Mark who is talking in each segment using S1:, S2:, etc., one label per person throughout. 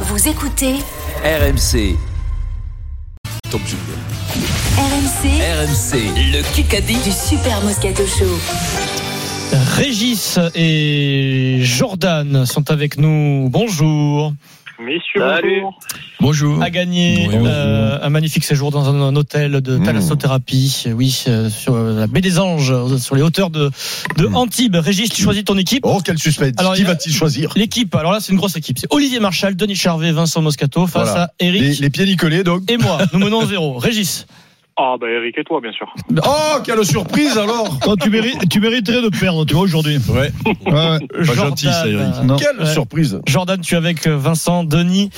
S1: Vous écoutez
S2: RMC. Top Junior.
S1: RMC,
S2: RMC, le Kikadi.
S1: du Super Moscato Show.
S3: Régis et Jordan sont avec nous. Bonjour.
S4: Messieurs,
S5: Salut.
S4: bonjour.
S6: Bonjour.
S3: A gagné euh, un magnifique séjour dans un, un hôtel
S6: Hmm.
S3: de thalassothérapie, oui, euh, sur la baie des Anges, euh, sur les hauteurs de, de Antibes. Régis, tu choisis ton équipe.
S6: Hmm. Oh, quel suspense.
S3: Alors,
S6: Qui
S3: il y a-
S6: va-t-il choisir
S3: L'équipe, alors là, c'est une grosse équipe. C'est Olivier Marchal, Denis Charvet, Vincent Moscato face
S6: Voilà.
S3: à Eric
S6: les, les pieds nicolés, donc.
S3: et moi. Nous menons zéro. Régis.
S4: Ah, bah Eric et toi, bien sûr.
S6: Oh, quelle surprise alors
S3: tu, mériterais de perdre, tu vois, aujourd'hui.
S6: Ouais,
S3: Jordan, euh,
S6: gentil, ça, Eric.
S3: Non.
S6: Quelle
S3: Ouais.
S6: surprise
S3: Jordan, tu es avec euh, Vincent, Denis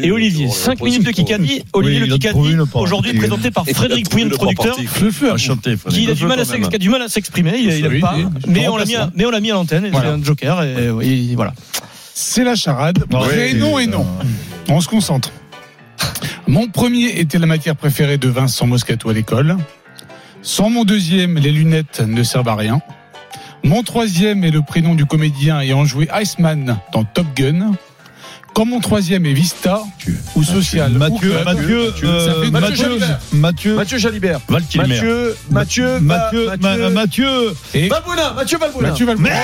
S3: et Olivier. 5 minutes de Kikadi. Olivier
S6: Oui, il
S3: le
S6: a trouvé
S3: Kikadi,
S6: une par-
S3: aujourd'hui
S6: il a-
S3: présenté par Frédéric Pouille, le producteur.
S6: Enchanté, Frédéric.
S3: Qui a, du mal à s'ex- qui a du mal à s'exprimer, il, il
S6: Oui,
S3: pas,
S6: oui.
S3: mais on l'a mis, à- mais on l'a mis à l'antenne, et
S7: Voilà.
S3: c'est un joker, et, oui, voilà.
S7: C'est la charade.
S6: Ouais,
S7: Vrai, non et non. On se concentre. Mon premier était la matière préférée de Vincent Moscato à l'école. Sans mon deuxième, les lunettes ne servent à rien. Mon troisième est le prénom du comédien ayant joué Iceman dans Top Gun. Quand mon troisième est Vista ou Social,
S6: Mathieu,
S7: ou-
S6: Mathieu, euh,
S7: Ça fait
S6: Mathieu Jalibert.
S7: Mathieu,
S6: Mathieu Jalibert.
S7: Mathieu,
S6: Mathieu, Mathieu,
S7: Mathieu,
S6: Ma-
S7: Ma- Mathieu, et
S6: Valbuena, Mathieu Valbuena.
S7: Mathieu Valbuena.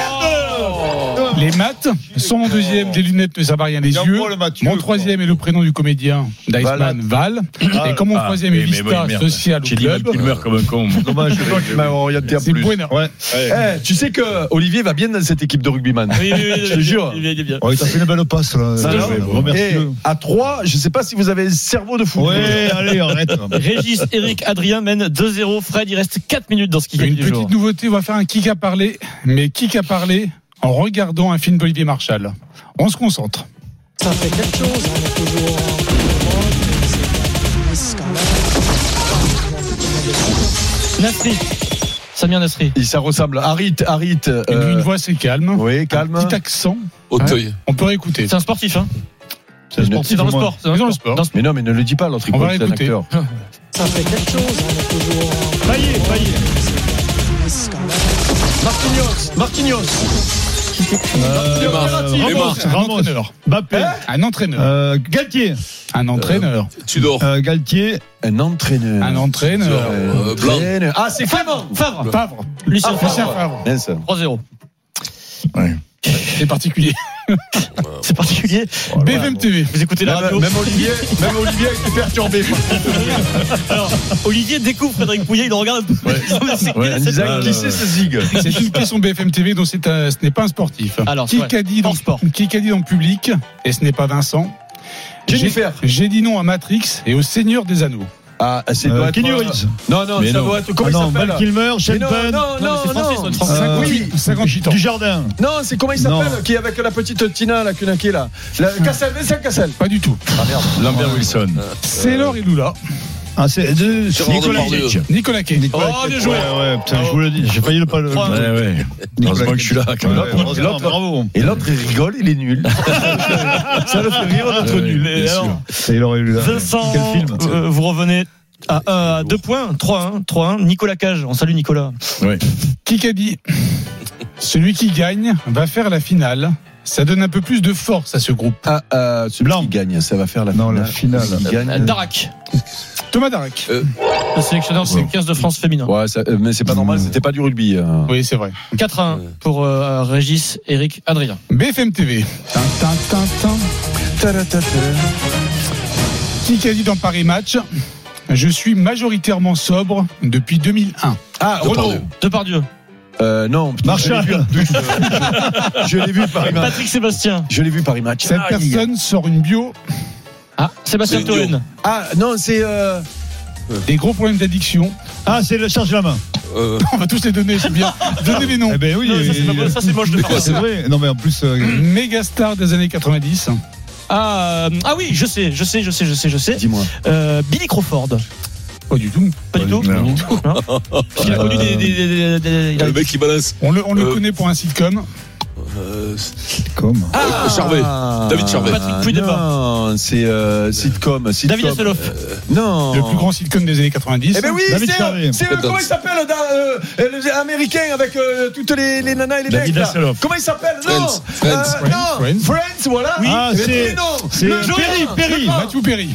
S7: Les maths sont mon deuxième, des lunettes ne servent à rien des yeux. Mon troisième est le prénom du comédien d'Iceman, Val. Et comme mon troisième est
S8: Ah, eh, mais- mais
S7: Vista,
S8: oui, merde.
S7: social ou
S8: J'ai dit Val
S7: club,
S8: Kilmer comme un con.
S6: Dommage, c'est toi qui m'as orienté à
S7: c'est
S6: plus.
S7: Buena.
S6: Eh, tu sais que Olivier va bien dans cette équipe de rugbyman.
S3: Oui, oui, oui,
S6: Je te jure.
S3: il est bien.
S8: il t'a fait une belle passe là.
S6: Alors, Et à 3, je sais pas si vous avez un cerveau de fou.
S8: allez, arrête.
S3: Régis, Eric, Adrien mènent 2-0, Fred, il reste 4 minutes dans ce qui gagne
S7: Une
S3: du jour.
S7: petite nouveauté, on va faire un kick à parler, mais kick à parler en regardant un film d'Olivier Marshall. On se concentre.
S3: Nasri, Samir Nasri.
S6: Et ça ressemble. Harit, Harit.
S7: Une,
S6: euh,
S7: une voix, c'est calme.
S6: Oui, calme.
S7: Un petit accent.
S5: Auteuil.
S7: On peut réécouter.
S3: C'est un sportif, hein
S6: C'est une-
S3: C'est dans le sport. c'est
S7: Dans
S3: Dans
S7: le
S3: le sport. Dans le sport.
S6: Mais non, mais ne le dis pas, l'autre
S7: On va
S6: il est un
S7: l'écouter.
S6: acteur.
S3: Payet, Payet.
S6: Marquinhos, Marquinhos. Marquinhos, Verratti.
S7: Euh, un entraîneur.
S8: Bappé.
S7: Un entraîneur.
S8: Euh, Galtier.
S7: Un entraîneur.
S5: Tudor.
S8: Euh, Galtier.
S6: Un entraîneur.
S7: Un entraîneur.
S6: Euh,
S5: Blanc.
S6: entraîneur. Ah, c'est Clément.
S3: Favre.
S7: Favre.
S3: Lucien
S7: Lucien
S3: Favre.
S7: Favre.
S6: Mince.
S3: 3-0.
S7: C'est particulier.
S3: C'est particulier.
S7: BFM TV.
S3: Vous écoutez la
S7: bah,
S3: radio.
S6: Même, même Olivier, même Olivier était perturbé.
S3: Alors, Olivier découvre Frédéric Pouillet, il le regarde. C'est-
S6: Ouais, en
S3: c'est-
S6: disant, qui c'est ce zig
S7: C'est une question BFM TV, donc c'est un- ce n'est pas un sportif.
S3: Alors,
S7: qui
S3: ouais,
S7: qu'a dit dans
S3: hors sport.
S7: Qui qu'a dit dans le public Et ce n'est pas Vincent.
S6: Jennifer.
S7: J'ai j'ai dit non à Matrix et au Seigneur des Anneaux.
S6: Ah, c'est
S8: Euh,
S6: doit être.
S8: Keanu
S6: euh,
S8: Reeves.
S6: Non, non,
S8: Mais
S6: ça
S8: non.
S6: doit être. Comment
S8: Ah non,
S6: il
S8: Val
S6: s'appelle
S8: Kilmer,
S6: Mais
S8: Shane
S6: non,
S8: Penn.
S6: non,
S3: Non, mais
S6: non,
S3: c'est français,
S6: non.
S3: c'est français.
S8: Euh,
S6: Oui.
S7: 58 ans.
S8: Du jardin.
S6: Non, c'est comment il
S8: Non.
S6: s'appelle qui est avec la petite Tina, la Kunaki là. La, Cassel, Vincent Cassel.
S7: Pas du tout.
S6: Ah merde.
S8: Lambert Wilson.
S7: C'est Laure et Lula.
S8: Ah, c'est de-
S5: Gérard
S8: Nicolas
S5: Depardieu.
S8: Hitch.
S7: Nicolas Cage.
S6: Ah,
S3: Oh, bien joué.
S8: Ouais, ouais, putain, je vous le dis, j'ai failli le pas le.
S3: Trois.
S8: Ouais, ouais. Heureusement que je suis là quand même.
S6: Ouais, heureusement,
S8: bravo.
S6: Et l'autre, il rigole, il est nul. ça le fait rire,
S8: Ah
S6: l'autre nul.
S3: Mais alors,
S8: il aurait eu là.
S3: Vincent,
S8: Quel film
S3: euh, vous revenez à, euh, à 2 points, 3-1, 3-1. Nicolas Cage, on salue Nicolas.
S7: Qui qu'a dit Celui qui gagne va faire la finale. Ça donne un peu plus de force à ce groupe.
S6: Ah, euh, celui qui gagne, ça va faire la
S8: Non,
S6: finale.
S8: la finale.
S6: Celui qui
S3: Ah,
S6: gagne.
S3: Darak,
S7: Thomas Darek.
S3: Euh, le sélectionneur du 15 de France féminin.
S6: Ouais, ça- euh, mais c'est pas normal, c'était pas du rugby. hein.
S7: Oui, c'est vrai.
S3: 4-1 pour euh, Régis, Eric, Adrien.
S7: BFM TV. Tin, tin, tin, tin. Qui a dit dans Paris Match Je suis majoritairement sobre depuis 2001.
S6: Ah, Renaud.
S3: Depardieu,
S6: Euh, non, putain,
S8: Marshall.
S6: euh, je l'ai vu Paris Match.
S3: Bah. Patrick Sébastien.
S6: Je l'ai vu Paris Match.
S7: Cette
S6: Ah, il gagne.
S7: personne sort une bio
S3: Ah, Sébastien
S5: C'est idiot.
S3: Toen.
S6: Ah, non, c'est. euh,
S7: des gros problèmes d'addiction.
S8: Ah, c'est le charge la main.
S5: Euh,
S7: On va tous les donner, c'est bien. Donnez les noms.
S8: Eh ben oui,
S3: Non, ça, c'est pas-
S8: il-
S3: ça, c'est moche de faire
S8: Ouais,
S3: ça.
S8: C'est vrai. Non, mais en plus, euh,
S7: Méga star des années 90.
S3: Ah, euh, ah oui, je sais, je sais, je sais, je sais, je sais.
S6: Dis-moi.
S3: Euh, Billy Crawford.
S7: Pas du tout.
S3: Pas du tout.
S8: non.
S3: Non. Parce qu'il a connu des. des- des- des- des- il a-
S5: le mec qui balance.
S7: On le, on le
S5: Euh.
S7: connaît pour un sitcom.
S5: Euh,
S8: comme.
S5: Ah, Charvet. David Charvet.
S3: Patrick Puydeba.
S6: Non, c'est euh, sitcom, sitcom.
S3: David Hasselhoff.
S6: Non.
S7: Le plus grand sitcom des années 90.
S6: oh. Eh ben oui,
S8: David
S6: c'est
S8: Charvet.
S6: euh, c'est le comment il s'appelle da- euh, euh, le américain avec euh, toutes les, les nanas et les
S8: David
S6: mecs. là.
S8: Hasselhoff.
S6: Comment il s'appelle Non,
S5: Friends. Friends.
S6: Euh, non.
S7: Friends.
S6: Friends, voilà.
S8: Oui. Ah,
S6: Eh ben,
S8: c'est-
S6: tous les noms.
S8: C'est
S3: Perry, Perry.
S7: Mathieu Perry.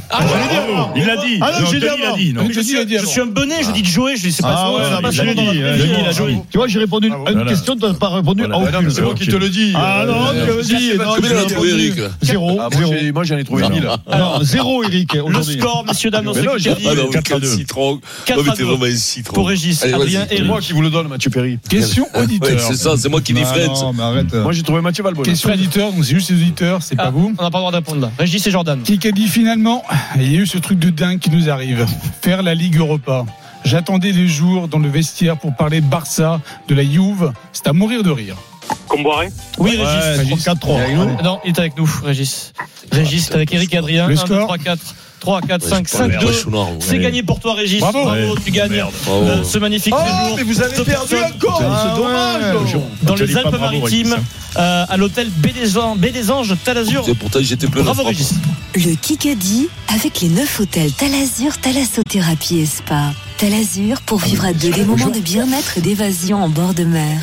S9: Il l'a dit.
S8: Ah non,
S9: Denis
S8: j'ai dit avant.
S9: l'a dit, non.
S7: Mais
S3: Je
S7: Denis l'a dit
S3: suis, je
S7: avant.
S3: suis un bonnet, je dis de Joey, je dis c'est pas
S8: Ah
S3: son-
S8: ouais,
S3: c'est
S8: non,
S3: pas
S8: mais
S3: son
S8: il
S3: nom dans
S8: l'a
S3: la
S8: dit,
S3: vraie vie.
S8: Denis, il a joué. Tu vois, j'ai répondu
S6: Ah
S8: à une
S9: Voilà.
S8: question, tu n'as pas répondu à
S9: Voilà. Ah non, mais
S8: aucune.
S9: c'est moi qui
S8: te le dis. Ah non,
S6: Euh,
S8: tu le dis. Non,
S5: Combien
S8: tu
S5: il en a
S8: l'as
S5: trouvé,
S8: répondu.
S5: Eric là
S8: Zéro.
S6: Ah, moi,
S8: zéro.
S6: j'ai- moi, j'en ai trouvé
S8: Non.
S6: 1000.
S8: Alors, zéro, Eric,
S3: Le
S8: aujourd'hui.
S3: score, messieurs, dames, dans ce
S6: Mais non, j'ai-
S3: Kikadi,
S5: Ah non,
S9: Quatre à
S5: 4
S9: deux.
S5: citrons. Non,
S3: 4
S5: mais
S3: à
S5: t'es
S3: 2
S5: vraiment un citron.
S3: pour Régis,
S5: Allez,
S3: Adrien
S5: vas-y.
S3: et
S6: C'est moi qui vous le donne, Mathieu Perry.
S7: Question
S5: Ouais,
S7: auditeur.
S5: c'est ça, c'est moi
S3: Bah
S5: qui dis
S8: Ah
S5: Fred.
S8: Non, mais arrête.
S6: Moi, j'ai trouvé Mathieu Valbonne.
S7: Question auditeur, donc c'est juste les auditeurs, c'est pas
S3: Ah,
S7: vous.
S3: On n'a pas le droit de répondre là. Régis et Jordan.
S7: Qui a dit finalement, il y a eu ce truc de dingue qui nous arrive. Faire la Ligue Europa. J'attendais les jours dans le vestiaire pour parler Barça, de la Juve. C'est à mourir de rire.
S4: Comboiré
S3: Oui,
S8: Ouais,
S3: Régis.
S8: 3-4-3.
S3: Non, il est avec nous, Régis. Régis, t'es avec Eric et Adrien.
S7: Le
S3: 1, 2,
S7: score
S3: 3, 4. 3, 4,
S5: Ouais,
S3: 5,
S5: c'est pas
S3: 5,
S5: le
S3: 2.
S5: Chouinard, ouais.
S3: C'est gagné pour toi, Régis. Oh,
S7: Bravo.
S3: tu gagnes
S9: Merde.
S5: Bravo.
S3: euh, ce magnifique séjour. Cette personne
S6: encore
S8: Ah
S6: C'est dommage
S8: ouais.
S3: Dans
S9: Tu as dit
S3: les
S9: pas bravo,
S3: Alpes-Maritimes,
S9: Régis,
S3: euh, à l'hôtel Baie des Anges- Baie des Anges, Talazur.
S5: Et pourtant, j'étais plein de
S3: Bravo,
S5: frappes.
S3: Régis.
S1: Le Kikadi avec les 9 hôtels Talazur, Thalassothérapie et Spa. Talazur pour vivre à deux des moments de bien-être et d'évasion en bord de mer.